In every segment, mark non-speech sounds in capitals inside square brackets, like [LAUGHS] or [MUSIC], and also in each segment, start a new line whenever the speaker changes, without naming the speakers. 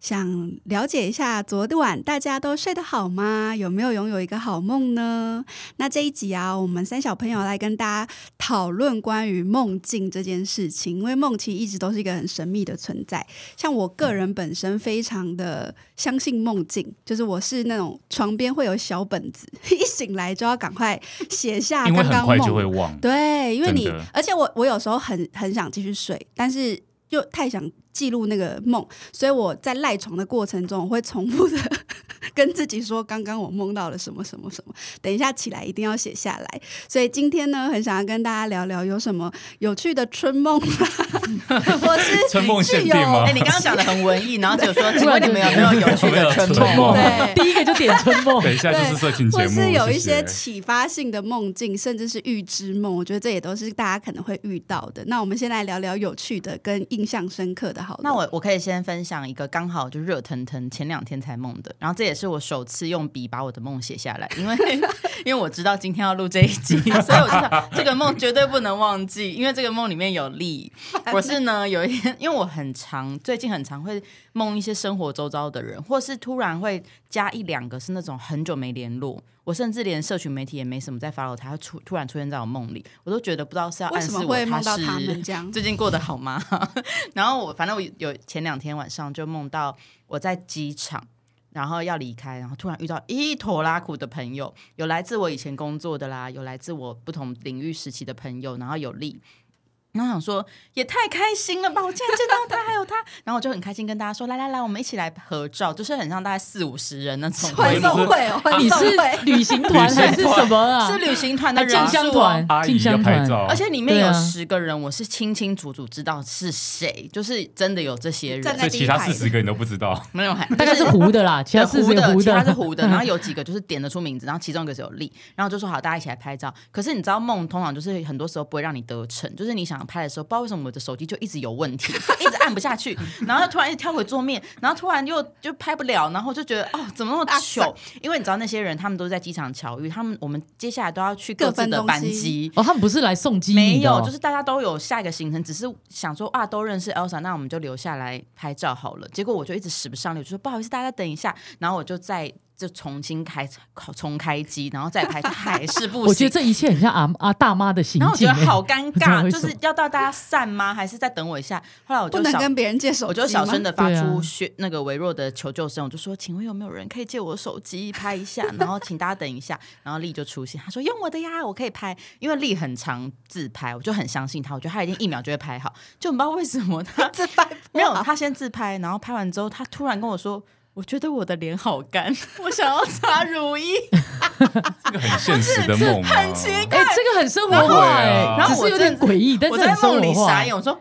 想了解一下昨晚大家都睡得好吗？有没有拥有一个好梦呢？那这一集啊，我们三小朋友来跟大家讨论关于梦境这件事情，因为梦其实一直都是一个很神秘的存在。像我个人本身非常的相信梦境，就是我是那种床边会有小本子， [LAUGHS] 一醒来就要赶快写
啊
下
因为
刚
很
刚
快就会
梦。
忘。
对，因为你
真的，
而且我我有时候很很想继续睡，但是又太想记录那个梦，所以我在赖床的过程中，我会重复的 [LAUGHS] 跟自己说，刚刚我梦到了什么什么什么，等一下起来一定要写下来。所以今天呢，很想要跟大家聊聊有什么有趣的春梦
[LAUGHS]
啦，我是
春梦限定吗
哎、你刚刚讲的很文艺，然后就
[LAUGHS]
说，请问你们有没有有趣
有没有
的春
春
梦？
梦
对
第一个就点春梦。
等一下就是色 [LAUGHS] 情节
或
目，
是有一
谢
些
谢
启发性的梦境，甚至是预知梦，我觉得这也都是大家可能会遇到的。那我们先来聊聊有趣的跟印象深刻的好了。
那我我可以先分享一个刚好就热腾腾前两天才梦的，然后这也是我首次用笔把我的梦写下来，
[LAUGHS]
因为因为我知道今天要录这一集，所以我知道这个梦绝对不能忘记，因为这个梦里面有力。我是呢有一天，因为我很常最近很常会梦一些生活周遭的人，或是突然会加一两个是那种很久没联络。我甚至连社群媒体也没什么在 follow 他，突突然出现在我梦里，我都觉得不知道是要
为
暗
什
示
么
我
会梦到
是
他 [LAUGHS] 们这样？
最近过得好吗？ [LAUGHS] 然后我反正我有前两天晚上就梦到我在机场，然后要离开，然后突然遇到一坨拉苦的朋友，有来自我以前工作的啦，有来自我不同领域时期的朋友，然后有力。然后想说也太开心了吧！我竟然见到他， [LAUGHS] 还有他，然后我就很开心跟大家说：“来来来，我们一起来合照。”就是很像大概四五十人那种，
欢送会哦，欢
你
送
是
会。
[LAUGHS] 旅行团还是什么啊？
是旅行团的
还
人数哦
进香团
阿，姨
进
要
香
拍
团。
照，
而且里面有
对啊
十个人，我是清清楚楚知道是谁，就是真的有这些人，
站在
所以其他
在第一排
四十个你都不知道，
没有喊，
大概是糊的啦，其
对
他四
糊
十个
的，
糊
其他是
的，
糊
[LAUGHS]
的，然后有几个就是点得出名字，然后其中一个是有力，然后就说好，大家一起来拍照。可是你知道梦通常就是很多时候不会让你得逞，就是你想拍的时候，不知道为什么我的手机就一直有问
[LAUGHS]
题，一直按不下去，然后就突然一直跳回桌面，然后突然又就拍不了，然后就觉得哦，怎么
[LAUGHS]
那
啊
么糗？因为你知道那些人他们都是在机场巧遇，他们我们接下来都要去各自的班
各分东
机
西。
哦，他们不是来送机
没
你的
有，
哦，
就是大家都有下一个行程，只是想说啊，都认识 Elsa，那我们就留下来拍照好了。结果我就一直使不上力，我就说不好意思，大家等一下，然后我就再就重新开重开机，然后再拍，还是不行。
[LAUGHS] 我觉得这一切很像阿阿大妈的行
然后我觉
径
得
欸。
好尴
不知道 [LAUGHS]
尬，
为
就
什么
是要到大家散吗？还是再等我一下？后来我
不
就
能
想。
跟别人借手
我
机
就小声的发
对啊
出学那个微弱的求救声，我就说：“请问有没有人可以借我手机拍一下？”然后请大家等一下。然后丽就出现，她说：“用我的呀，我可以拍。”因为丽很常自拍，我就很相信她，我觉得她一定一秒就会拍好。就不知道为什么
[LAUGHS]
她
自拍
没有，她先自拍，然后拍完之后，她突然跟我说。我觉得我的脸好
[LAUGHS]
干，我想要擦乳液。
这个很现实的梦啊，
啊很奇
哎，这个很生活
然后
化哎
对啊，
然后
只
我
是有点
真的
诡异，但
我
是
在
很生
梦里
活化欸哎
傻。眼，我说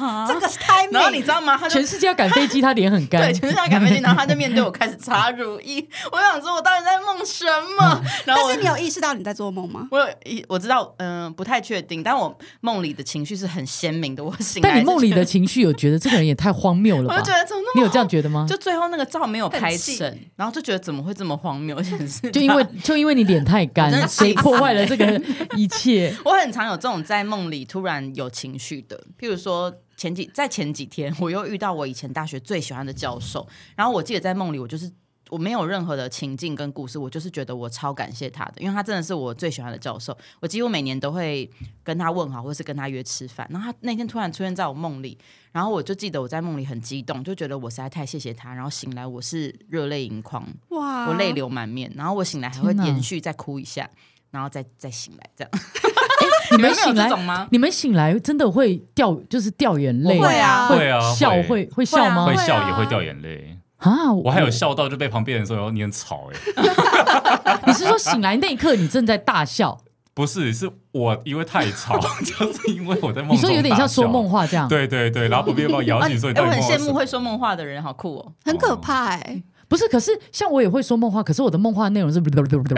啊，
这个是太美
然后你知道吗？她就
全世界要赶飞机，他脸很干
对，。全身上感飞机，然后他就面对我开始擦乳液。 [LAUGHS] 我想说，我到底在梦什
嗯
么？然
但
后我
是你有意识到你在做梦吗？
我有一我知道，嗯、不太确定，但我梦里的情绪是很鲜明的。我醒来，
[LAUGHS] 但你梦里的，情绪有觉得这个人也太荒谬了
我
吧
就觉？得怎么那么
你有这样觉得吗？
就最后那个照没有拍
很气
成，然后就觉得怎么会这么荒谬？ [LAUGHS] 真的是
就因为就因为你脸太
我真
干，
的
所以
气死
破坏了这
[LAUGHS]
个一切。
我很常有这种在梦里突然有情绪的，譬如说前几在前几天，我又遇到我以前大学最喜欢的教授，然后我记得在梦里，我就是我没有任何的情境跟故事，我就是觉得我超感谢他的，因为他真的是我最喜欢的教授，我几乎每年都会跟他问好，或是跟他约吃饭。然后他那天突然出现在我梦里，然后我就记得我在梦里很激动，就觉得我实在太谢谢他，然后醒来我是热泪盈眶，
哇，
我泪流满面，然后我醒来还会
天哪
延续再哭一下，然后再再醒来这样。你
你们
们没有
醒
这
来，
种吗？
你们醒来真的会掉，就是掉眼泪，
我
会啊
会啊
笑
会
会会笑吗
会
啊？
笑也会掉眼泪。
啊，
我还有，笑到就哦被旁边人说你很吵哎，
你是说醒来那一刻你正在大笑，
不是，是我因为太吵，
[LAUGHS]
就是因为我在梦中
你说有点像说梦
话，
话这样，
对对对，然后不必把我摇
啊
醒，所以
哎我很羡慕会说梦话的人，好酷哦！
很可怕哎、
不是？可是像我也会说梦话，可是我的梦话内容是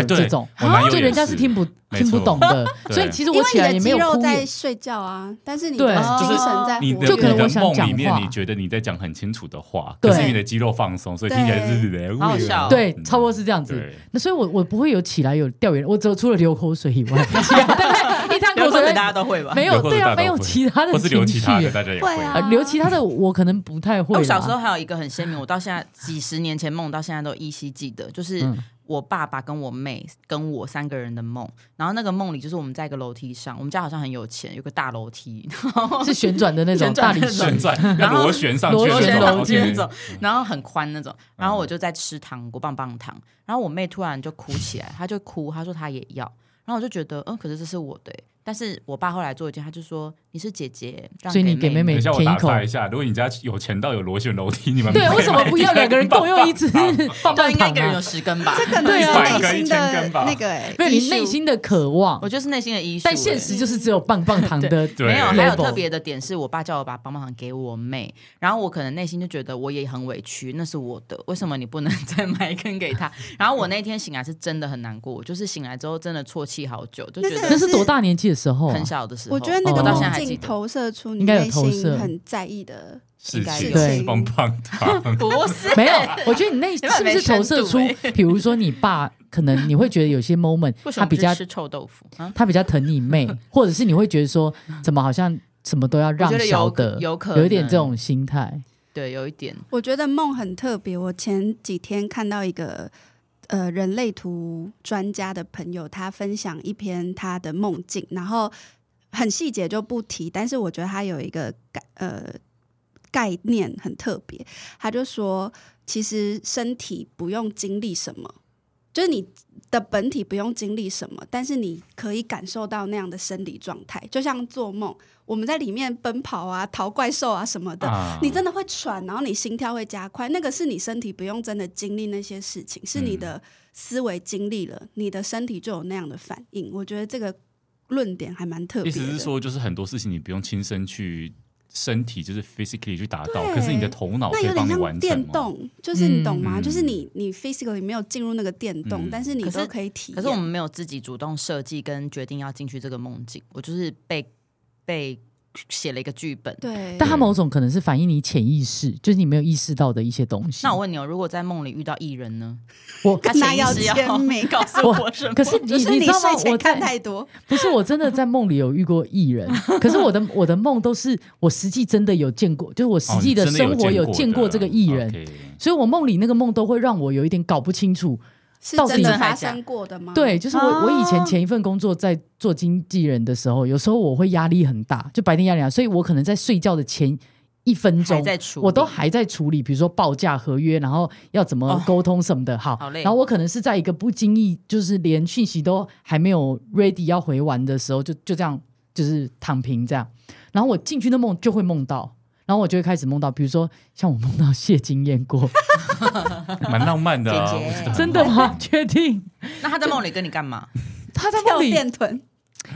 这种，
哎
啊
我男友
就
也
人家
是
是听不
没
听不
错
懂的，
[LAUGHS] 对
所以其实
因为
我起
你
来也
的肌
没有
肉
哭
在
也。
睡觉啊，但是你
对
的
就
精
是
神在
你
活
的
就可能
你的
我想
梦
讲
里面，
话
你觉得你在讲很清楚的话，
对
可是因为你的肌肉放松，所以听起来就是
好好笑哦
对，差不多是这样子。
对，
那所以我，我不会有起来有掉眼，我只有除了流口水以外，其他大概一滩
流
口
口水
水
大家都会吧？
没有，
流口水
对啊，
大家都
没有
会
其他的
或是留
情
其他
绪
的，，大家也
会啊
呃，留其他的我可能不太会
哎
啦。
我小时候还有一个很鲜明，我到现在几十年前梦到现在都依稀记得，就是
嗯
我爸爸跟我妹跟我三个人的梦。然后那个梦里就是我们在一个楼梯上，我们家好像很有钱，有个大楼梯，
[LAUGHS] 是旋转的那种
旋
大
转的
理
那
石
种
旋转，要
然后
螺旋上去
螺
的
旋
那种，
楼
OK
梯
那种然后很宽那种。然后我就在吃糖果棒棒糖，然后我妹突然就哭起来，她就哭，她说她也要。然后我就觉得，嗯，可是这是我的欸、但是我爸后来做一件，他就说你是姐姐，让
所以你给妹妹
等一下，我打
舔一口
岔一下，如果你家有钱到有螺旋楼梯，你们
对，
买
为什么不要两个人共用一
[LAUGHS]
只
对，
棒棒
应该
糖
一个人有 [LAUGHS]
啊？
十根吧？
这可能
对啊
是内心
百根
的
千根吧
那个哎、
没有，你
issue
内心的渴望
我，就是内心的医术欸、
但现实就是只有棒棒糖的
对
没有，还有
level
特别的点是我爸叫我把棒棒糖给我妹，然后我可能内心就觉得我也很委屈，那是我的，为什么你不能再买一根给他？然后我那天醒来是真的很难过，我就是醒来之后真的啜泣好久，就觉
那
得
那是多大年纪的时候啊？
很小的时候，
我觉得那个
哦到现
在
梦
还记
境
得
投射出你
应该有
内
投射
心很在意的，
事
应该？
情
有
是棒棒糖
不是
[LAUGHS]
[LAUGHS]
没有，我觉得你内
本
是不
没
是投射
深度
出
欸，
比如说你爸，可能你会觉得有些 moment
为什
他
么
比
[LAUGHS]
较
不是吃臭豆腐啊？
他比较疼
[LAUGHS]
你妹，或者是你会觉得说，怎么好像什么都要
我
让
觉得
小
有
的，
有可
有一点
能
这种心态。
对，有一点
我觉得梦很特别。我前几天看到一个呃人类图专家的朋友，他分享一篇他的梦境，然后很细节就不提，但是我觉得他有一个概呃概念很特别。他就说，其实身体不用经历什么，就是你的本体不用经历什么，但是你可以感受到那样的生理状态，就像做梦，我们在里面奔跑啊、逃怪兽啊什么的，
啊
你真的会喘，然后你心跳会加快，那个是你身体不用真的经历那些事情，是你的思维经历了，你的身体就有那样的反应。我觉得这个论点还蛮特
意
别的。
思是说，就是很多事情你不用亲身去身体，就是 physically 去达到，
对
可是你的头脑
那
可以
有点
帮你
像
完
电
成吗？
动，就是你懂吗？
嗯
就是你你 physical 里没有进入那个电动，
嗯
但是你
可是
都可以体验。
可是我们没有自己主动设计跟决定要进去这个梦境，我就是被被写了一个剧本。
对，
但他某种可能是反映你潜意识，就是你没有意识到的一些东西。
那我问你哦，如果在梦里遇到艺人呢？
我
他
那
潜意
要
识要
签名
告诉我什么？
可是你
就是
你知道吗
睡？前
我
看
在
太多，
不是我真的在梦里有遇过艺人，可是我的我的梦都是我实际真的有见过，就是我实
哦
际
你真的
生活
有
有见过
的啊
这个艺人，
OK
所以我梦里那个梦都会让我有一点搞不清楚。
是
到底
真的
真的
发
还假
生过的吗？
对，，就是我、
啊
我以前前一份工作在做经纪人的时候，有时候我会压力很大，就白天压力很大，所以我可能在睡觉的前一分
还
钟。
在处理，
我都还在处理，比如说报价合约，然后要怎么
哦
沟通什么的。好，
好累
然后我可能是在一个不经意，就是连讯息都还没有 ready 要回完的时候，就就这样就是躺平这样。然后我进去的梦就会梦到，然后我就会开始梦到，比如说像我梦到谢金燕
[LAUGHS]
过，
蛮浪漫的啊
姐姐，
我觉得很
真的
[LAUGHS]
吗？确定？
那他在梦里跟你干
[LAUGHS]
嘛？
他在
跳
梦里
电臀，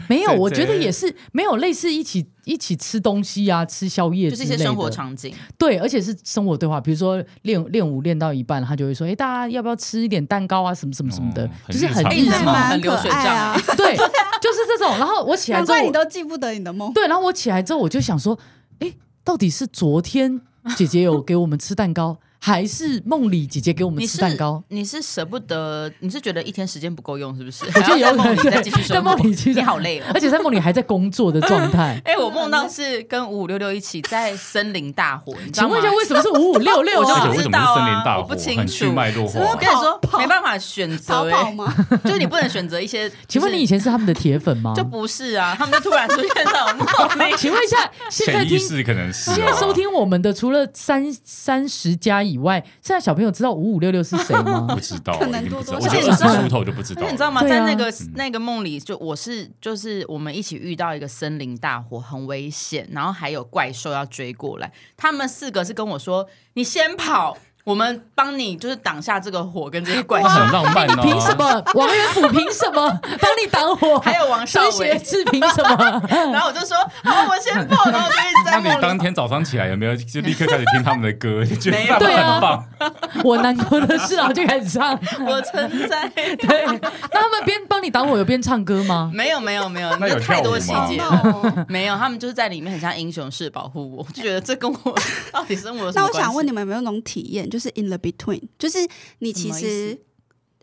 没有，
对
我
对
觉得也是没有类似一起一起吃东西啊，吃宵夜
就
之
是
类
一些
的，
生活场景，
对，而且是生活对话，比如说练练舞练到一半，他就会说：“哎，大家要不要吃一点蛋糕啊？什么什么什么的，
哦很
就是很
日
日
那
常
常。
蛮
很
可
流水
爱
账
啊
啊！
对，就是这种。然后我嗯起来
难
之后
怪你
我，
都记不得你的梦。
对，然后我起来之后，我就想说：“哎，到底是昨天姐姐有给我们吃蛋糕，还是梦里姐姐给我们
你
吃
是
蛋糕？”
你是舍不得，你是觉得一天时间不够用，是不是？
我觉得
还要在
有
梦
可能
里再继续
对在
生活
梦里继续
你好累哦。。
而且在梦里还在工作的状态
[LAUGHS] 哎，我梦到是跟五五六六一起在森林大火，你知道
请
吗
问一？下，为什么是五五六六
我
而且
啊
就？
为什
知道
么是
啊
森林大
我不
火，
清
很
楚
去脉络
是
化
不
我
是
跟
啊？
你说
跑，跑
没办法选
逃
择，
跑
哎
吗？
就是你不能选择一些。
[LAUGHS] 请问你以前是他们的铁粉吗
就？不是啊？他们就突然出现在我梦里，
[LAUGHS] 请问一下，现在
潜意
听
识可能是啊
现在收听我们的，除了三三十家以外，现在小朋友知道五五六六是谁吗
[LAUGHS] 不？知道，
可能
一定不知道
多
我
多
觉得
少少
二十出头就不知
而
道
且
了，
你知道吗？
对
在
啊
那个那个梦里，就我是就是我们一起遇到一个森林大火，很危险，然后还有怪兽要追过来。他们四个是跟我说：“你先跑，我们帮你就是挡下这个火跟这些怪
哇
兽
很，浪漫哦。
凭什么？王元甫凭什么帮你挡火？
还有王少
孙
伟
学。志凭什么？
然后我就说好，我先报，然后我就一直
那
在
你
梦
当
里。
天早上起来有没有 [LAUGHS] 就立刻开始听他们的歌，就觉得
没有
他们
对啊
很棒？
我难过的事啊，我就开始唱。 [LAUGHS]
我存在，
[LAUGHS] 对，那他们边帮你挡火有边唱歌吗？
[LAUGHS] 没有没有没有，
那有
太
跳舞
多
吗
细
好 [LAUGHS]
节
[LAUGHS]
了。
闹哦
没有，他们就是在里面很像英雄式保护我，我就觉得这跟我到底生活有什
那
么
我
关系？
想问你们有没有那种体验，就是 in the between，就是你其
什么意
实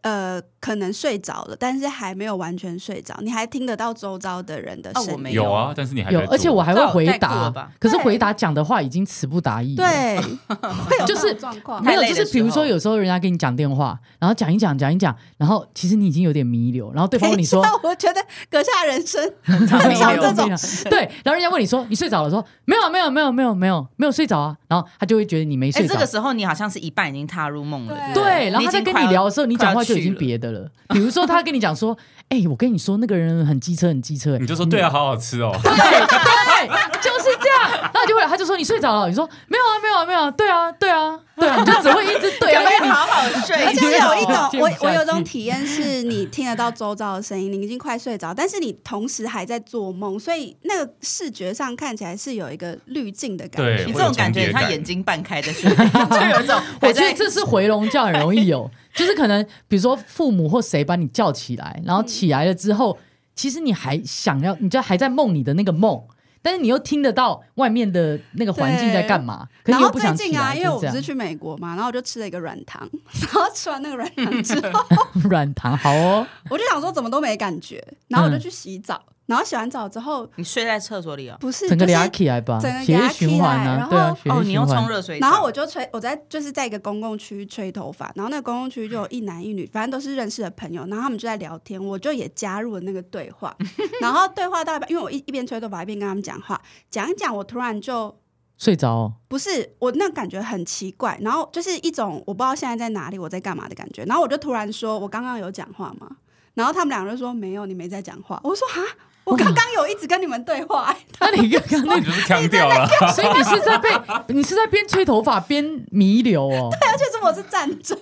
呃可能睡着了，但是还没有完全睡着，你还听得到周遭的人的
哦
声
我没
音。
有啊，但是你还
有
在，做
而且我还会回
太酷了
答
吧，
可是回答讲的话已经词不达意。，
对，会有这
就
种
是
状况。
没有，
太累
就
的
是比如
时
说
候
有时候人家跟你讲电话，然后讲一讲讲一讲，然后其实你已经有点弥留，然后对方问你说，
那我觉得阁下人生
很 [LAUGHS] 常
很常
有
这种
对，然后人家问你说你睡着了，说没有啊没有没有没有没有没有睡着啊，然后他就会觉得你没
哎、
睡
这
着
个。时候你好像是一半已经踏入梦了，
对
对不
对，然后
已
他在
经
跟
快
你
要
聊的时候，你
快
讲
要
话就已
去
经
了
别的了。比如说，他跟你讲说：“哎、我跟你说，那个人很机车，很机
[LAUGHS]
车。”
你就说对啊，好好吃哦。
[LAUGHS] 对，就是这样。然后你就会来，他就说你睡着了，你说没有啊，没有啊，没有啊，对啊，对啊，对啊，你就只会一直对啊，
可不可
因
以
为你
好好
而
睡
且
觉？
有一
哦
种，我
听不
我
下
有一种
去
体验是，你听得到周遭的声音，你已经快睡着，但是你同时还在做梦，所以那个视觉上看起来是有一个滤镜的感
对
觉。
你
我
这
有
种感觉，
重叠
他
感
眼睛半开在睡，就有一
[LAUGHS]
种
我
还
觉得
在
这是回笼觉很容
[LAUGHS]
易有，就是可能比如说父母或谁把你叫起来，然后
嗯
起来了之后，其实你还想要，你就还在梦里的那个梦。但是你又听得到外面的那个环境在干嘛，可是
然
你又
后
不
最
想起
近啊，
来，
因
就
为我
这
不
样
是。去美国嘛，然后我就吃了一个软糖， [LAUGHS] 然后吃完那个软糖之后，
[LAUGHS] 软糖好
[LAUGHS]
哦，
我就想说怎么都没感觉，然后我就
嗯
去洗澡，然后洗完澡之后
你睡在厕所里哦。
不是
整个
就是
俩起来吧
整个，
血
给
液
它
循
起
环
来
啊
然，
对啊
后，
血
哦，
液
你
循
又冲
环。
热水澡，
然后我就吹，我在就是在一个公共区吹头发，然后那个公共区就有一男一女，反正都是认识的朋友，然后他们就在聊天，我就也加入了那个对
[LAUGHS]
话，然后对话到一半，因为我一一边吹头发一边跟他们讲话，讲一讲，我突然就。
睡着哦，
不是我那感觉很奇怪，然后就是一种我不知道现在在哪里，我在干嘛的感觉。然后我就突然说：“我刚刚有讲话吗？”然后他们两个就说：“没有，你没在讲话。”我说：“哈，我刚刚有一直跟你们对话、欸
那你刚刚
[LAUGHS]
那
你就是腔掉了，
所以你是在被你是在边吹头发边弥留哦，
而且是我是站着。”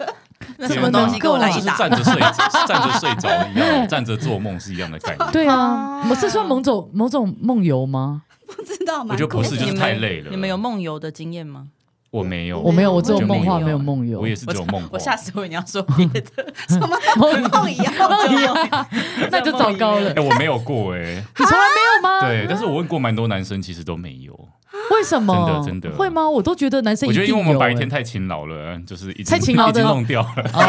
那
怎
什么
么能
东西给我来
就
一
是
打？
站着睡，站着睡着一样，站着做梦是一样的概念。
对啊，我是算某种某种梦游吗？
不知道吗？哎
我觉得不
蛮
是
恐
就是
怖
你
的
们
太累了哦
你们有梦游的经验吗？
我没有，
我没有，我只有
就
梦话，
游
没有梦游。
我也是只有梦话。
我吓死我！你要说别
[LAUGHS]
的，
什么
梦
梦一样，
那就糟糕了
哎，。我没有过
[LAUGHS]
哎，
你从来没有吗？
对，但是我问过蛮多男生，其实都没有。
为什么？
真的真的
会吗？我都觉得男生
我
一
觉得
定
因
有。
为我们
哎
白天太勤劳了，就是已经
太勤劳
已
的
经弄掉了， [LAUGHS]
哦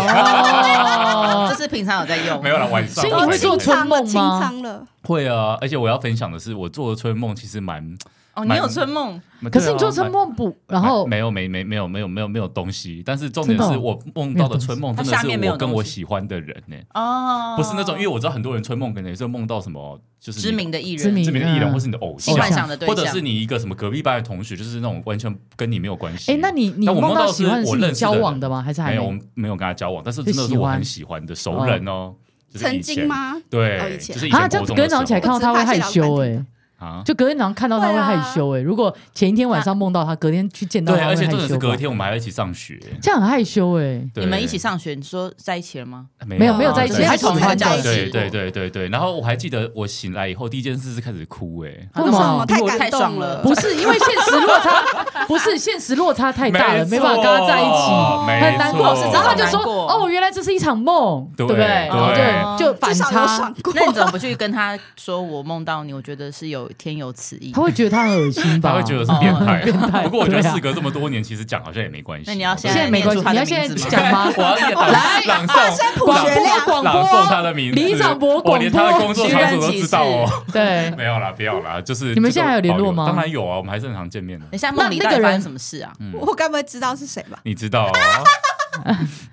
[LAUGHS]
啊
这，是平常有在用，
没有了，晚上。
所以 [LAUGHS] 你会做春梦吗
清仓了，
会啊，而且我要分享的是，我做的春梦其实蛮，
哦，你有春梦，
可是你做成梦不，然后
没有没没没有没有没有没有东西，但是重点
真的
是
哦
我梦到的春梦真的
它下面没
是
有
我跟
东西
我喜欢的人呢、
哦，
不是那种，因为我知道很多人春梦可能也是梦到什么，就是你
知名的艺人，
知名
知名的艺人，
嗯
或是你的偶
你
像，
幻想的对
或
象，
者是你一个什么隔壁班的同学，就是那种完全跟你没有关系。
哎，那你你
但我
梦
梦到
喜欢
是我
是你
认识的
交
人
往的吗？还是还
没有我没有跟他交往，但是
就
真的
喜
是我
欢
很喜欢的熟人哦，就是以
曾经
前？
吗？
对，
哦以前
就是以
啊？
前
这样
国
隔
中的
天早上起来
时
看
候
到他会害羞哎，
啊。
就隔天早上看到他会害羞哎。如果前一天晚上梦到他，隔天去见到
对，
他
而
会
且重
害
点是
羞
隔
吧，
天我们还要一起上学，
这样很害羞哎。
对
你们一起上学，你说在一起了吗？
没
没啊
有没有在一
起
对
还喜欢在一起
对对对对对。然后我还记得我醒来以后第一件事是开始哭，哎，
为
为什
什
么
么
因为我
感
太
动
爽了
不是因为现实落差，不是现实落差太大了，没办法跟他在一起。很
很
难
没
过，
错
然后他就说
难：“过
哦，原来这是一场梦，
对
不对？”然后
对
就就反
至少有
差
爽，过。
那你怎么不去跟他说我梦到你？我觉得是有天有此意
他。会觉得他很恶心吧？
他会觉得是哦变态。
变
[LAUGHS]
态
不过我觉得
对啊
事隔这么多年，其实讲好像也没关系。
那你要
现在没关系，你要现在讲吗？
[LAUGHS] 我要念
来
朗
大
诵
声普
广
学亮，
播
朗诵他
广
的名字，
李长博广播
我连他的工作场所都知道哦。
播，对。
没有啦，不要啦，就是
你们现在还有联络吗
当然有啊，我们还是很常见面的。
[LAUGHS] 等一下梦里到底发生什么事啊？
[LAUGHS] 我该不会知道是谁吧？
你知 [LAUGHS] 道哦？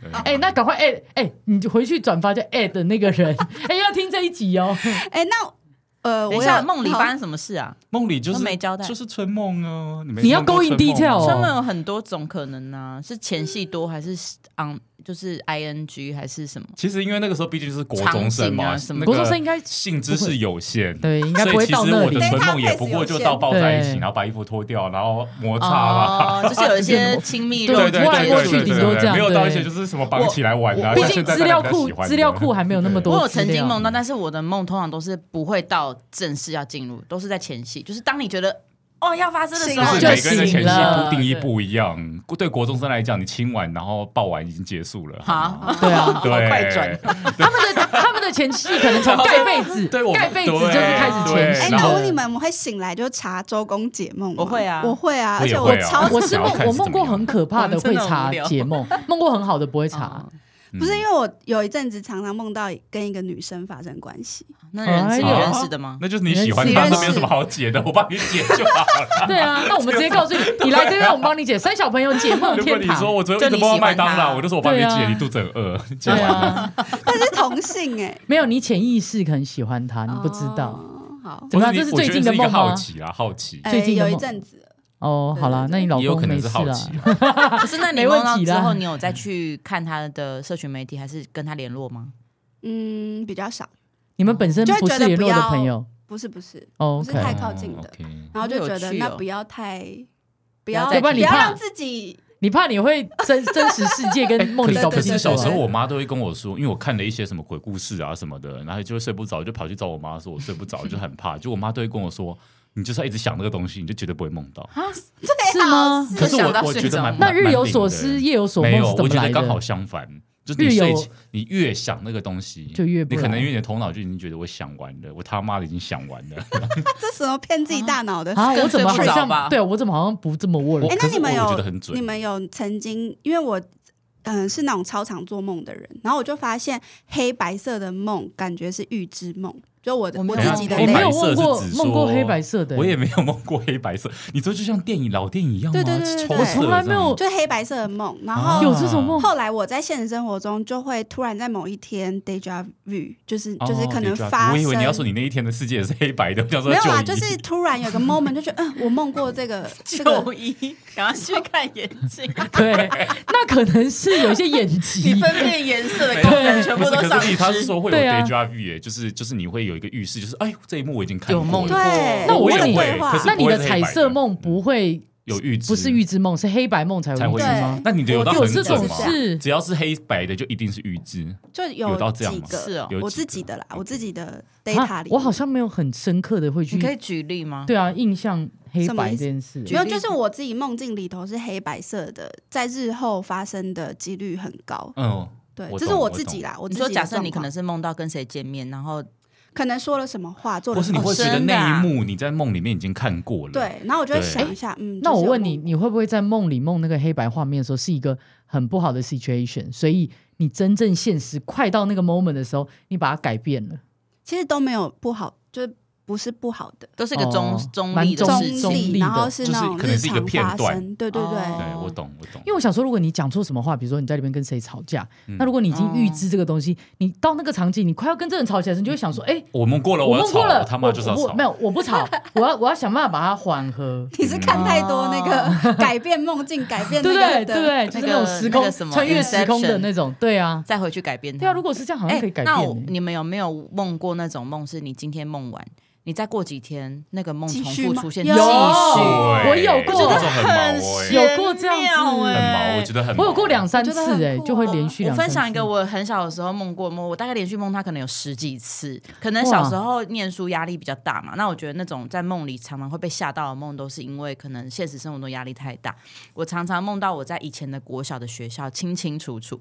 对
哎，那赶快哎哎，你就回去转发就 at 的那个人， [LAUGHS] 哎，要听这一集哦。
哎，那呃，
等
我
一下
有
梦里发生什么事啊？
梦里就是
都没交代
就是春梦哦。你没
你要
梦过
go in
春梦
detail 哦
吗
嗯
春梦有很多种可能啊，是前戏多还是 on 就是 ing 还是什么？
其实因为那个时候毕竟是国中生嘛，
场景啊什么
那个
国中生应该
性知识有限，
对，应该不
所
会
以其
到
实
那
我
里
的。
对
唇梦也不过就到抱在一起，
对
然后把衣服脱掉，然后摩擦嘛。
哦，就是有一些亲密
啊对
肉
对
体
对
摸来
对
摸
对
去
对
顶
对
多
对
这样
没有到一
对
些就是什么绑起来玩啊。
毕
像
竟
现在
资料
大家比较
库
喜欢的
资料库还没有那么多。
我有曾经梦到，但是我的梦通常都是不会到正式要进入，都是在前戏，就是当你觉得哦要发生的时
就
候，
是
就
每个人的前
醒
戏
了
不定义不一样。对国中生来讲，你亲完然后抱完已经结束了。
好，[LAUGHS]
对啊，
对，
好快转
他们的他们的前戏可能从盖被子，
对我们
盖被子
对
就是开始前
对
哎，
戏
然
那
后
我
了
问你。们，我会醒来就查周公解梦吗？
我会啊
我会啊，
我
而
也
且
会
我
啊
超
我是
想
梦
要，看
我
是怎
梦
么
过
样
很可怕的，
我们真
会
的
查
无聊
解梦，梦过很好的不会查
哦。
嗯
不是因为我有一阵子常常梦到跟一个女生发生关系， [LAUGHS]
那人是你
哎呦
认识的吗？
[LAUGHS] 那就是你喜欢
你
他，
认识
那没有什么好解的，我帮你解就好了。
对啊，那我们直接告诉你，你来这边我们帮你解。三小朋友解梦
如果
[LAUGHS] 天
你
堂
说，我昨天一直梦到麦当
就你喜欢
劳，
他
我就说我帮你
对
解，
啊
你肚子很饿，解
对
完了。
啊，
但是同性
[LAUGHS]
哎，
没有你潜意识可能喜欢他，你不知道。
哦。好，
怎么样？
不
啊这
是
是
你我
最
觉得
近的
是一个
梦
好
吗？
奇啦，好奇。
哎
最近的
有
梦
一阵子了，
哦，好啦，那你老
也有
公
可
没
能是
事
好
啦。
奇啊，
可是那你
没问
梦到
题
之
啦
后，你有再去看他的社群媒体，还是跟他联络吗？
嗯，比较少，
你们本身
就会
不是
觉得
联
不
络的
要
朋友
不是不是，
哦
不是太
，OK？
靠近的
哦，OK
然后就觉
好有
得
趣哦
那不要太，不
要
要
再
不
要不
要
然你怕
让自己
你怕你会真真实世界跟梦里
对
搞不
哎可
清
是
楚啊
小时候我妈都会跟我说，因为我看了一些什么鬼故事啊什么的，然后就会睡不着，就跑去找我妈说，我睡不着，就很怕。就我妈都会跟我说，你就是要一直想那个东西，你就绝对不会梦到。
啊
是吗
最好
可是
想到
我我
睡
觉得
着
蛮
那
蛮
日有
蛮灵
所
的
思，夜有所梦
没有，
是怎
我
么
觉
来
得刚好
的？
相反，就是你
日
睡
有
前你越想那个东西，
就越
你
不
可
来
能因为你的头脑就已经觉得我想完了，我他妈的已经想完
[LAUGHS]
了。
啊这时候骗自己大脑的
啊，我怎么好
更睡不着吧
像对啊我怎么好像不这么握
我
人
哎、？
哦可
那
是
你们
我觉
有
得很准
你们有曾经，因为我嗯、呃是那种超常做梦的人，然后我就发现黑白色的梦感觉是预知梦，就我的
我没有
自己的
我
黑
没
白
有
类。
梦啊过
色是指
梦过
说
黑白色的，
我也没有梦过黑白色，你说就像电影老电影一样吗？
对对对对
抽
对
色
从来没有
这样
就黑白色的梦，然
啊
后
有这种梦
后来我在现实生活中就会突然在某一天 deja vu，就是、
哦
就是可能
déjà vu
发生。
我以为你要说你那一天的世界也是黑白的，我想说
没有啦，
旧
就
衣
是
[LAUGHS]
突然有个 moment 就觉得，嗯，我梦过这个 [LAUGHS] 这个
就医，赶快去看眼睛，
对，
[LAUGHS]
那可能是有一些
[LAUGHS]
演
你
技。
分辨颜色的功能全
不
部
是，
都丧
可是你他是
失。
说会有
对啊
deja vu，耶就是就是你会有一个预示，就是哎，这一幕我已经看
有
过
梦
了
过
对，
那我
这
问
个
你
规划
可是
那你
不
的
会是黑白
彩
的
色梦不会
有预知，
不是预知梦，是黑白梦才
才会
会预
是
知
对
吗？
那你的有到
有
很
这
准
种
吗？
事，
只要是黑白的就一定是预知，
就
有到这样
几
吗
个
是哦
有
我
几
自
个
己的啦，我自己的
啊
data 里面，
我好像没有很深刻的会去
你可以举例吗？
对啊，印象黑
什么意
白这
思
件事
举
没有，
例
就是我自己梦境里头是黑白色的，在日后发生的几率很高。
嗯，
对，
我
这
懂
是
我
自己啦。我
你
自己
说，
的
假设你
状
可
况
能是梦到跟谁见面，然后
可能说了什么话，做
或
了
是
什
你
么
会
事
觉得那一幕你在梦里面已经看过了，，
对，然后我就会
啊对
想一下，嗯，
那
就是
我
有
问你，
梦，
你会不会在梦里梦那个黑白画面的时候，是一个很不好的 situation？所以你真正现实快到那个 moment 的时候，你把它改变了，
其实都没有不好，就是不是不好的，
都是一个中
哦
中
蛮
立的
中
事情
中立
然
的
后是
就是
那种
可
日
能是一个
常
片
发
段
生，对对
哦
对，
对我懂我懂，
因为我想说，如果你讲错什么话，比如说你在里面跟谁吵架，
嗯
那如果你已经预知这个
哦
东西，你到那个场景，你快要跟这个人吵起来的时候，你就会想说，哎、
我梦过了，
我
要
梦
吵
过
了，
了，
我他妈就是要
我
吵
我没，有，我不吵，我要我要想办法把它缓和。
[LAUGHS] 你是看太多那个改变梦境，改变
[LAUGHS] 对
那
不
个
对？
的
对不对？就是那种时空、
那个什么
穿越时空的
Inception
那种，对啊，
再回去改变它。
对啊。如果是这样，好像
哎，
可以改变、
那
欸
我你们有没有梦过那种梦？是你今天梦完，你再过几天那个梦
继
重
续
复
吗
出现，
有
继续
我有过
我觉得很毛哎、
有过这样子
玄妙
很
哎
毛，我觉得很毛，
我有过两三
我觉得
次、
很
哎，
酷
就会
啊
连续
我
两三
分
次。
享一个我很小的时候梦过梦，我大概连续梦它可能有十几次。可能小时候念书压力比较大嘛，那我觉得那种在梦里常常会被吓到的梦，都是因为可能现实生活中压力太大。我常常梦到我在以前的国小的学校清清楚楚，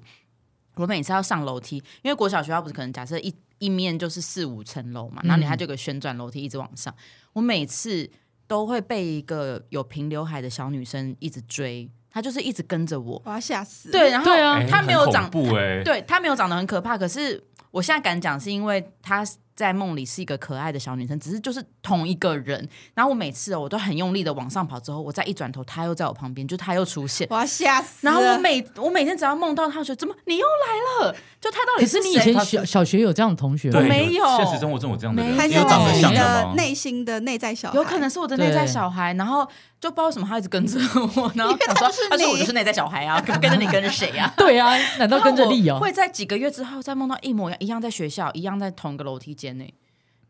我每次要上楼梯，因为国小学校不是可能假设一一面就是四五层楼
嗯
嘛，然后你它就有个旋转楼梯一直往上，我每次都会被一个有平刘海的小女生一直追，她就是一直跟着我。
我要吓死。
对，然后
对啊
哎
她没有
很
长
恐怖哎、
对她没有长得很可怕，可是我现在敢讲，是因为她在梦里是一个可爱的小女生，只是就是同一个人。然后我每次哦，我都很用力的往上跑，之后我再一转头，她又在我
[LAUGHS]
旁边，就她又出现。
我要吓死了。
然后我每我每天只要梦到她，我就觉得怎么你又来了，就他到
可
底
是你以
谁
前小小学有这样的同学吗？
对，
没有
现实生活中有这样的人，
没
还
你
是
有
有
长得
你
像的
的
吗？
内心的内在小孩，
有可能是我的内在小孩，然后就不知道为什么他一直跟着我，
[LAUGHS]
然后想说
就是，
他说
你
我就是内在小孩啊，跟着你跟着谁呀、啊？
对啊，难道跟着哦丽
然
瑶
后我？会在几个月之后再梦到一模一样，一样在学校，一样在同一个楼梯间内。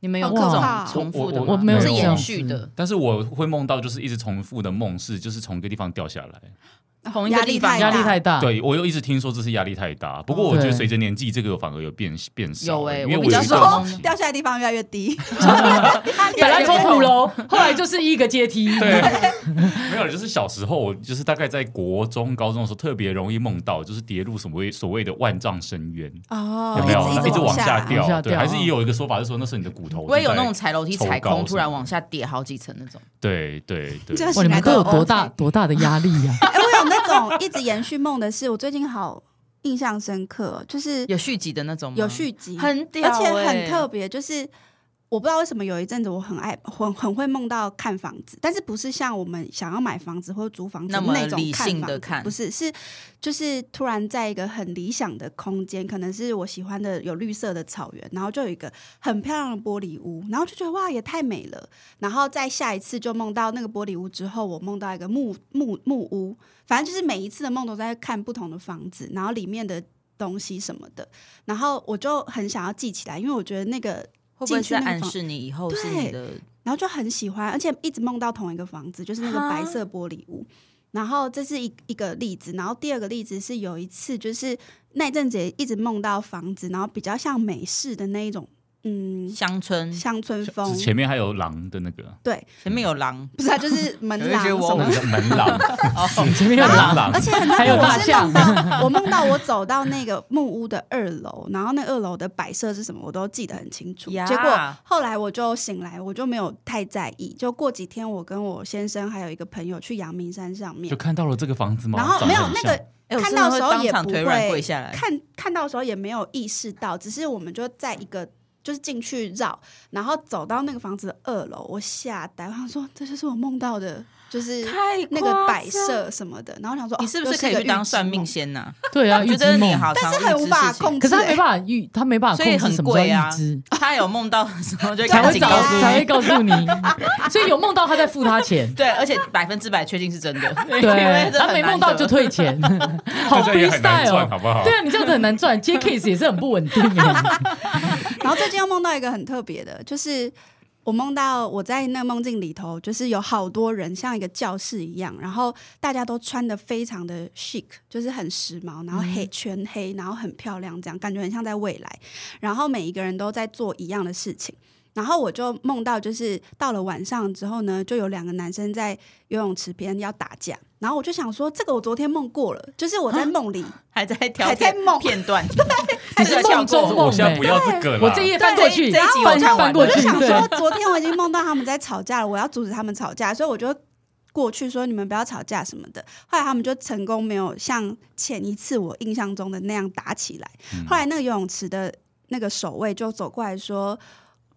你们有
好
这
可
种
怕哦
重复的吗？
我我我没有
是
这样
延
子
续的，
但是我会梦到，就是一直重复的梦是，就是从一个地方掉下来。
同一个
压
地
力
方
太
压力
大
太大。，
对我又一直听说这是压力太大，不过我
啊对
觉得随着年纪，这个反而有变变少。
有欸
因为
我
我
比较
有一
少
段
哦
时期
掉下来的地方越来越低，
本
本
来从五楼，哦后来就是一个阶梯。
对， [LAUGHS] 没有，就是小时候，我就是大概在国中、高中的时候，特别容易梦到，就是跌入所谓所谓的万丈深渊，
哦
有没有？
一直
一直往
下
下掉，
往下
对，
掉
还是也有一个说法是说那是你的骨头。
我也有那种
正在，
踩楼梯
抽
踩
高
空，
什
突
么
然
的
往下跌好几层那种。
对对对，
这
哇，你们都有多大
[LAUGHS]
醒来都 OK
多大的压力呀、
哎，我有那种一直延续梦的事，我最近好印象深刻，就是
有续集的那种吗，
有续集，
很屌、欸
而且很特。别，就是我不知道为什么有一阵子我很爱很很会梦到看房子，但是不是像我们想要买房子或者租房子
那么
种
理
看
性
房
的
子
看
不是是就是突然在一个很理想的空间，可能是我喜欢的有绿色的草原，然后就有一个很漂亮的玻璃屋，然后就觉得哇也太美了，然后再下一次就梦到那个玻璃屋之后，我梦到一个木木木屋，反正就是每一次的梦都在看不同的房子，然后里面的。东西什么的，然后我就很想要记起来，因为我觉得那个，
会不会是
进去那个
暗
房
示你以后是你的？
然后就很喜欢，而且一直梦到同一个房子，就是那个
哈
白色玻璃屋。然后这是一一个例子，然后第二个例子是有一次，就是那一阵子也一直梦到房子，然后比较像美式的那一种，嗯，
乡村
乡村风
是，前面还有狼的那个
对，
前面有狼，
不是啊，就是门
有一
廊
些
什
我
么
门门狼，
你前面有
然后
狼，
狼
[LAUGHS] 而且很大
还有
我
大
是
象
梦到我梦到我走到那个木屋的二楼，然后那二楼的摆设是什么，我都记得很清楚。
呀
结果后来我就醒来，我就没有太在意。就过几天，我跟我先生还有一个朋友去阳明山上面
就，看到了这个房子吗？
然后
长
没
得
有
很
那
像
个
哎我
看
真
到的
的会
时候
当
也
场
不
腿软
会
跪下来。
看看到的时候也没有意识到，只是我们就在一个就是进去绕，然后走到那个房子的二楼，我吓呆，我想说这就是我梦到的，就是
太
那
夸
个摆
张
设什么的，然后想说
你
哦
是不
又
是可以
一个
去当
预知
算命
梦
仙呐、
对啊，
我
预
觉
知
得你
梦。
好
但
常
是
预知事情，
很无法控制、
可是他
欸
没办法预，他没办法
所以
控制
很
什么时候
贵啊
预知，
他有梦到什么就会
才
赶
会
紧
找
告诉你
才会告诉你。 [LAUGHS] 所以有梦到他在付他钱，
对，而且百分之百确定是真的。因
对
为，这
他
很
没
难
梦到
得
就退
[LAUGHS]
钱，好
这也很难
freestyle
赚，
哦。
好不好？啊
对啊，你这样子很难赚，接 case 也是很不稳
[LAUGHS]
定哎。
然后最近又梦到一个很特别的，就是我梦到我在那个梦境里头，就是有好多人像一个教室一样，然后大家都穿的非常的 chic，就是很时髦，然后黑、全黑，然后很漂亮，这样感觉很像在未来。然后每一个人都在做一样的事情。然后我就梦到，就是到了晚上之后呢，就有两个男生在游泳池边要打架，然后我就想说，这个我昨天梦过了，就是我在梦里，
还在挑
还在
片
梦
片
[LAUGHS]
段，
你
还
是
在
梦
跳
中
过。
梦
我现在不
哎，
要这个了。
我这一页翻过去，
对这一集我
翻
看完
翻过
我就
去，
想
对
说，昨天我已经梦到他们在吵架了，我要阻止他们吵架，所以我就过去说你们不要吵架什么的。后来他们就成功没有像前一次我印象中的那样打起来。后来那个游泳池的那个守卫就走过来说：“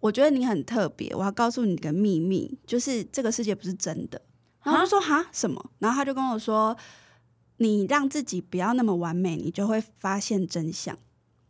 我觉得你很特别，我要告诉你个秘密，就是这个世界不是真的。”然后我就说：“哈什么？”然后他就跟我说：“你让自己不要那么完美，你就会发现真相。”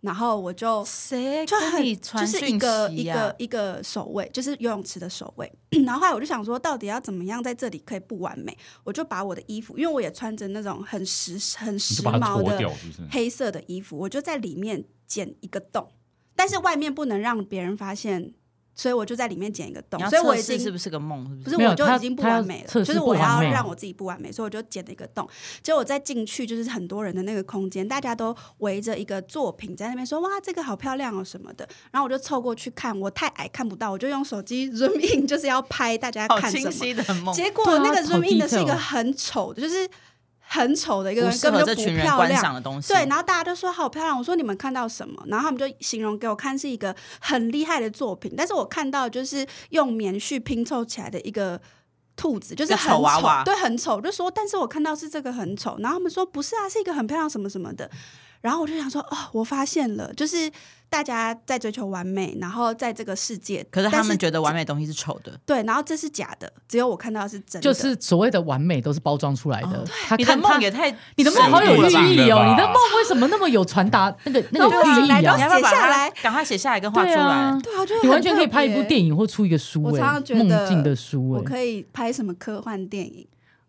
然后我就
谁
就
哎跟
很
你传
就是
讯
一个
息
一
呀
个一个守卫，就是游泳池的守卫。 [CLEARS THROAT] 然后后来我就想说，到底要怎么样在这里可以不完美？我就把我的衣服，因为我也穿着那种很时很
你
时
就把它
髦
脱掉，
的
是不是？
黑色的衣服，我就在里面剪一个洞，但是外面不能让别人发现，所以我就在里面剪一个洞
你。要
所以我
测
已
试
经
是不是个梦？是
不
不是
是，
没有
我就
他
已经不
他要
完美了，
测
就
试
是
不
我
完
要
美
让我自己不完美，所以我就剪了一个洞。结果我再进去，就是很多人的那个空间，大家都围着一个作品在那边说：“哇，这个好漂亮哦什么的。”然后我就凑过去看，我太矮看不到，我就用手机 [LAUGHS] zoom in，就是要拍大家
好
看什
清
么。
晰的梦，
结果
对啊
那个
好
zoom in 的是一个
detail
很丑的，就是很丑的一个
不
人，
适
根
合
本
这
就不
群人
漂
观
亮。
赏的东西。
对，然后大家都说好漂亮。我说你们看到什么？然后他们就形容给我看是一个很厉害的作品，但是我看到就是用棉絮拼凑起来的一个兔子，就是
个
很
丑娃娃
对，很丑。就说，但是我看到是这个很丑，然后他们说不是啊，是一个很漂亮什么什么的。然后我就想说，哦，我发现了，就是大家在追求完美，然后在这个世界，
可是他
但
们觉得完美的东西是丑的，
对，然后这是假的，只有我看到的是真的，
就是所谓的完美都是包装出来的。他
哦你的
看他
梦也太
你的梦好有
深度了吧
寓意哦，你的梦为什么那么有传达那个那
对啊
个寓
来
意
到
啊
你？要不要把
写下
它
来
赶快写下来跟画出
对
来
啊。，
对啊，就是
你完全可以拍一部
影。
电影或出一个书
我常
哎
常，觉得
梦境的书
我
哎，
可以拍什么科幻电影？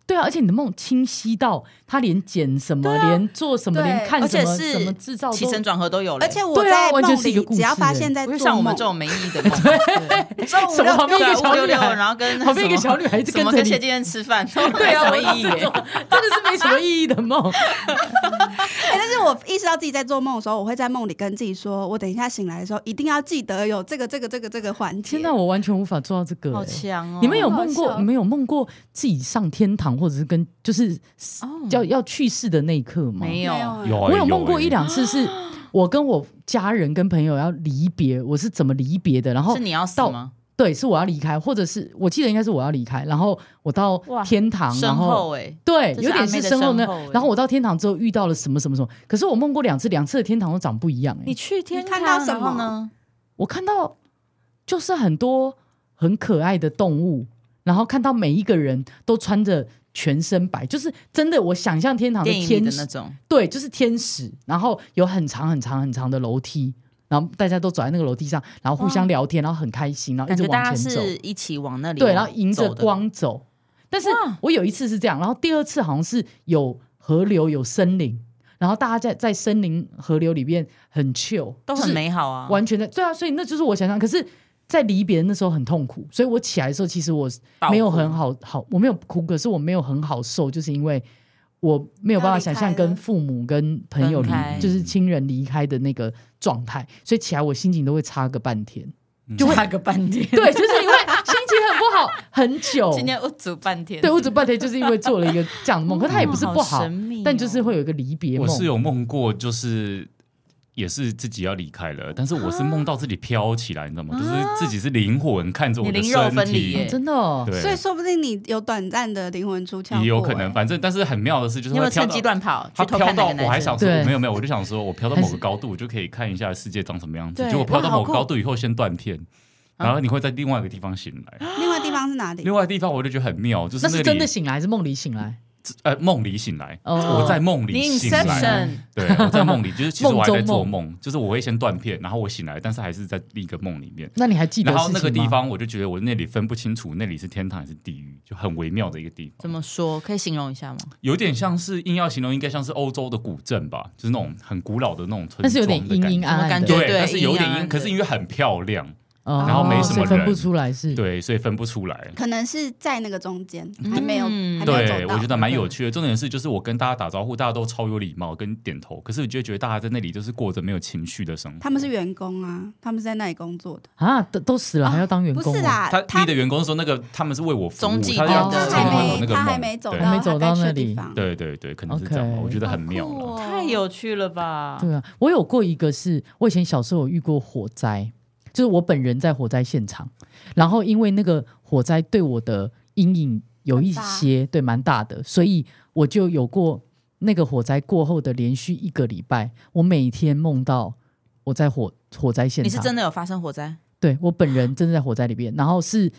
对啊，而且你的梦清晰到他连剪什么，连做什么，
对
连看
啊而
什
且
么，
是
什么制造
起
都
承转合都有了，
而且我
对啊
在
完
梦
全是一个
里，
故
只要
事
发
欸
现在
不
做
是像我们
梦
这种没意义的梦，
[LAUGHS]
对
什 [LAUGHS] 么旁边一
对
个
啊
小
五六
女
六，
孩，
然后跟
旁边一个小女孩一直
怎
跟
么
着
跟谢
你，
金燕吃饭，都
对啊，
没什么意义
我
耶
就。是真的是没什么意义的
[LAUGHS]
梦。
[LAUGHS] 哎但是我意识到自己在做梦的时候，我会在梦里跟自己说，我等一下醒来的时候，一定要记得有这个、这个、这个、这个环节。
天哪，我完全无法做到这个
好
哎。
强哦！
你们有
好
梦过？
笑
你们有梦过自己上天堂，或者是跟就是
哦
要要去世的那一刻吗？
没有？哎
啊
有啊，
我有梦过
欸
一两次，是我跟我家人跟朋友要离别，我是怎么离别的？然后
是你要死
到
吗？
对，是我要离开，或者是我记得应该是我要离开，然后我到
哇
天堂，然
身
后
后哎，
对，
这是
有点是身后
阿妹的身
呢
后欸。
然后我到天堂之后遇到了什么什么什么，可是我梦过两次，两次的天堂都长不一样、欸。
去
你看到什么
然后呢？
我看到就是很多很可爱的动物，然后看到每一个人都穿着全身白，就是真的，我想象天堂的
电影里
天
的
使
那种，
对，就是天使，然后有很长很长很长的楼梯，然后大家都走在那个楼梯上，然后互相聊天，然后很开心，然后
感
一直
觉
往
大家
前走，
是一起往那里
对，然后迎着
走的，
光走。但是
哇
我有一次是这样，然后第二次好像是有河流有森林，然后大家在在森林河流里面很 chill，
都
就
很
是
美好啊，
完全的对啊，所以那就是我想象，可是。在离别那时候很痛苦，所以我起来的时候，其实我
爆
没有
哭
很好好，我没有哭，可是我没有很好受，就是因为我没有办
要
法
离开
想象
了
跟父母、跟朋友离
分开，
就是亲人离开的那个状态，所以起来我心情都会差个
[LAUGHS]
半天。
就
嗯
画个半天。
对，就是因为心情很不好，很久。
[LAUGHS] 今天我煮半天，
对，我只半天就是因为做了一个这样的梦，可它也不是不好
神，秘哦
但就是会有一个离别
我
梦。
是有梦过，就是也是自己要离开了，但是我是梦到自己飘起来，你知道吗？就是自己是灵魂看着我的
你灵肉
身
分离
体
耶，
真的哦，
所以
对，
说不定你有短暂的灵魂出窍，哎
也有可能。。反正但是很妙的是，就
你
是
有没
会
有
飘
趁
到
机乱跑
它
去偷
飘
看
到，
哪个男生？
我还想说
对
没有没有，我就想说我飘到
还
某
是
个高度，我就可以看一下世界长什么样子。
对
结果飘到
哇
某
好酷
个高度以后，先断片，然
嗯
后你会在另外一个地方醒来。
另外地方是哪里？
另外地方我就觉得很妙，就是
那
里
是真的醒来还是梦里醒来？
呃梦里醒来，
哦
我在梦里
你
醒来。
Inception
对，我在梦里，就是其实我还在做
[LAUGHS] 梦中
梦，就是我会先断片，然后我醒来，但是还是在另一个梦里面。
那你还记得
然
事
后
情吗？
那个地方，我就觉得我那里分不清楚，那里是天堂还是地狱，就很微妙的一个地
怎
方，
么说？可以形容一下吗？
有点像是硬要形容，应该像是欧洲的古镇吧，就是那种很古老的那种村
但是有点
庄的感觉
阴阴暗暗
怎么感
的，
觉
对，
对
但是有
阴暗
点
暗
阴，
的
可是因为很漂亮，
哦
然后没什么
所以分不
人
出来
嗯
是。
对，所以分不出来。
可能是在那个中间，还没有，
嗯
还没有
对，
走到。
我觉得蛮有趣的。重点是，就是我跟大家打招呼，大家都超有礼貌，跟点头。可是我就觉得大家在那里就是过着没有情绪的生活。
他们是员工啊，他们是在那里工作的，
啊，都都死了还要当员
不
工、哦？
是啦，
他
他
你的员工说那个他们是为我服务，
中继
他
点
要
哦
的
才
还
会有那
没
个
他还
梦
没走
对
到，
还没走
他该
到
去
那
的
里
地方，
对对对，可能是这样吧
OK
我觉得很妙
好酷
[LAUGHS] 了。
哦
太有趣了吧！
对啊，我有过一个是，我以前小时候有遇过火灾，就是我本人在火灾现场，然后因为那个火灾对我的阴影有一些对蛮大的，所以我就有过那个火灾过后的连续一个礼拜，我每天梦到我在火火灾现
你
场，
是真的有发生火灾？
对我本人真的在火灾里边，然后是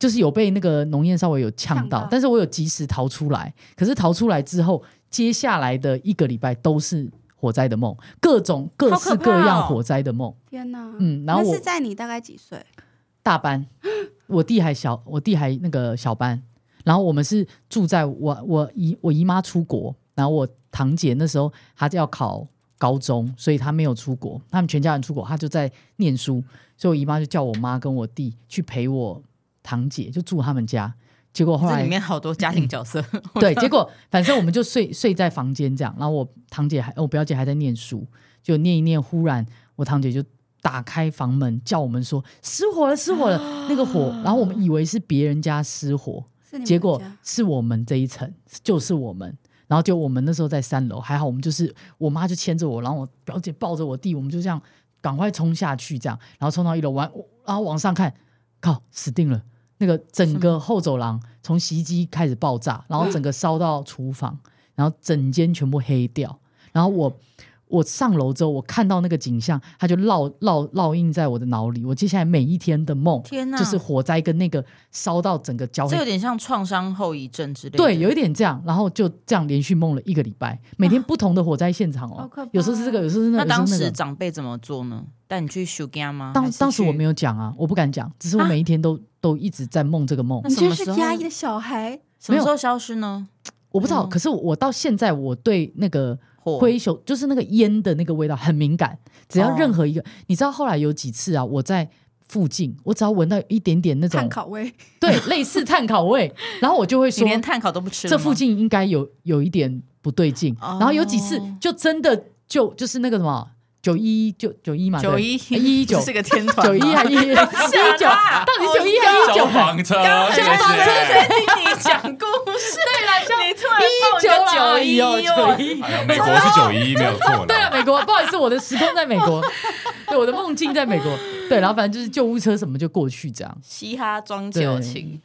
就是有被那个浓烟稍微有呛
呛
到
到，
但是我有及时逃出来。可是逃出来之后，接下来的一个礼拜都是火灾的梦，各种各
好
式
可
各
怕哦
样火灾的梦。
天哪！
嗯然后
那
我
是在你大概几岁？
大班，我弟还小，我弟还那个小班。然后我们是住在我我姨我姨妈出国，然后我堂姐那时候她就要考高中，所以她没有出国，他们全家人出国，她就在念书，所以我姨妈就叫我妈跟我弟去陪我堂姐，就住他们家。结果后
这
来
里面好多家庭角色，
对，结果反正我们就睡睡在房间这样，然后我堂姐还我表姐还在念书，就念一念，忽然我堂姐就打开房门叫我们说失火了，失火了，那个火，然后我们以为是别人家失火，
是你们
结果
家
是我们这一层，就是我们。然后就我们那时候在三楼，还好我们就是我妈就牵着我，然后我表姐抱着我弟，我们就这样赶快冲下去，这样，然后冲到一楼，完，然后往上看，靠，死定了，那个整个后走廊从洗衣机开始爆炸，然后整个烧到厨房，然后整间全部黑掉。然后我我上楼之后，我看到那个景象，它就烙烙烙印在我的脑里。我接下来每一天的梦，
[LAUGHS] 天哪，
就是火灾跟那个烧到整个焦黑
这有点像创伤后遗症之类的。
对，有一点这样，然后就这样连续梦了一个礼拜，每天不同的火灾现场
好
哦
可怕，
有时候是这个，有时候是那
那
个，有
当
时候是那
时
个。
长辈怎么做呢？带你去 s u g a 吗？
当
还是
当时
去
我没有讲啊，我不敢讲，只是我
啊
每一天都都一直在梦这个梦
那，
你
什么
就是
时候
压抑的小孩，
什么
没有
时候消失呢？
我不知道。
嗯
可是我到现在，我对那个
火
灰熊，就是那个烟的那个味道很敏感，只要
哦
任何一个，你知道后来有几次啊，我在附近，我只要闻到一点点那
碳
种
烤味，
对类似碳烤味，然后我就会
[LAUGHS] 你
说，
连碳烤都不吃了吗，
这附近应该有有一点不对劲。
哦
然后有几次就真的就就是那个什么九一九九一嘛，
九
啊对哎
一
一一
[LAUGHS]
九
这是个天团
九
吗，
一还
[LAUGHS]
一一九，
啊
到底九一啊还一
消
九？
防车，谢
消
啊
防车
谢。
听你讲故
[LAUGHS]
事，对了，你突然
一九
报
啦
个
哎呦
九哦
九一。
哎
[LAUGHS]
呀，美国是九一没有错
对啊，
了。
美国，不好意思，我的时空在美国， [LAUGHS] 对，我的梦境在美国，对，然后反正就是救护车什么就过去这样，
嘻哈装酒情，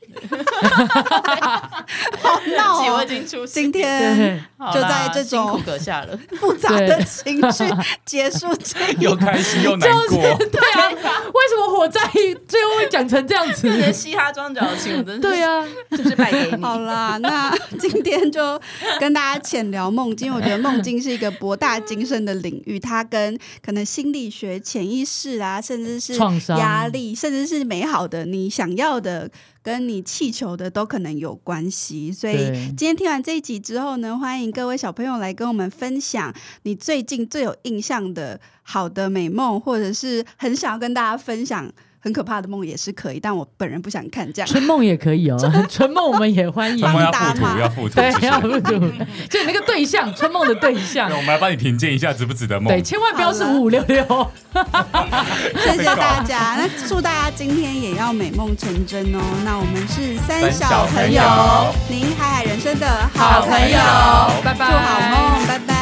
好闹
我已
哦！
经出现
今天
对，
好啦
就在这种
辛苦阁下
[LAUGHS]
了，
复杂的情绪结束这 [LAUGHS] 一
又开心又难过，
对啊，为什么火灾最后会讲成这样
你的
子？
嘻哈装酒情，我真是
对，啊，
就是败给
[LAUGHS]
你。
好啦，那今天就跟大家浅聊梦境。我觉得梦境是一个博大精深的领域，它跟可能心理学、潜意识啊，甚至是
创伤
压力，甚至是美好的、你想要的、跟你气求的都可能有关系。所以
对
今天听完这一集之后呢，欢迎各位小朋友来跟我们分享你最近最有印象的好的美梦，或者是很想要跟大家分享。很可怕的梦也是可以，但我本人不想看这样。
春梦也可以哦，春梦我们也欢迎
春。梦
帮
要附
大
图，
妈
要附图，
对
谢，谢
要不就就那个对象，春梦的对象
对，我们来帮你评鉴一下值不值得梦
对，。千万不要是五五六六。
[LAUGHS] 谢谢大家，那祝大家今天也要美梦成真哦。那我们是三小朋友，您海海人生的好朋友，
拜拜，
祝好梦，拜拜。